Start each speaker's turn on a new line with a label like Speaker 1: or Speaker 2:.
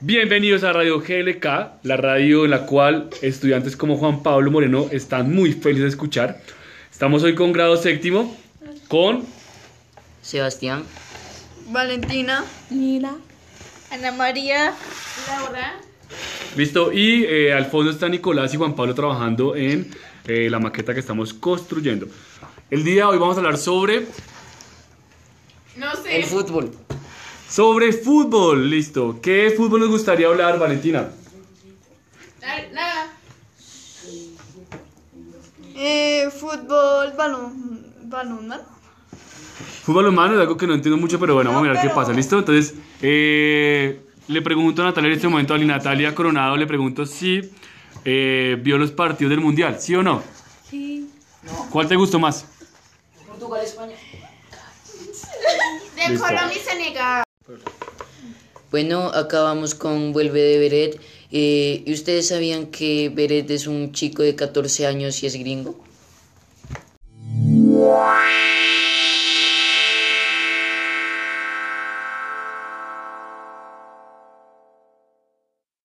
Speaker 1: Bienvenidos a Radio GLK, la radio en la cual estudiantes como Juan Pablo Moreno están muy felices de escuchar. Estamos hoy con grado séptimo, con
Speaker 2: Sebastián,
Speaker 3: Valentina,
Speaker 4: Lila,
Speaker 5: Ana María, Laura,
Speaker 1: listo. Y eh, al fondo está Nicolás y Juan Pablo trabajando en eh, la maqueta que estamos construyendo. El día de hoy vamos a hablar sobre
Speaker 5: no sé,
Speaker 2: el fútbol.
Speaker 1: sobre fútbol, listo. ¿Qué fútbol nos gustaría hablar, Valentina?
Speaker 5: na- nada,
Speaker 3: eh, fútbol, balón, balón, ¿no?
Speaker 1: Fútbol humano es algo que no entiendo mucho, pero bueno, vamos a
Speaker 3: No,
Speaker 1: mirar qué
Speaker 3: pero-
Speaker 1: pasa, ¿listo? Entonces, eh, le pregunto a Natalia en este momento, a Natalia Coronado, le pregunto si eh, vio los partidos del Mundial, ¿sí o no?
Speaker 4: sí,
Speaker 1: ¿Cuál te gustó más?
Speaker 2: Portugal, España.
Speaker 5: de
Speaker 1: Listo.
Speaker 5: Colombia y Senegal.
Speaker 2: Bueno, acabamos con Vuelve de Beret. Eh, ¿Y ustedes sabían que Beret es un chico de 14 años y es gringo?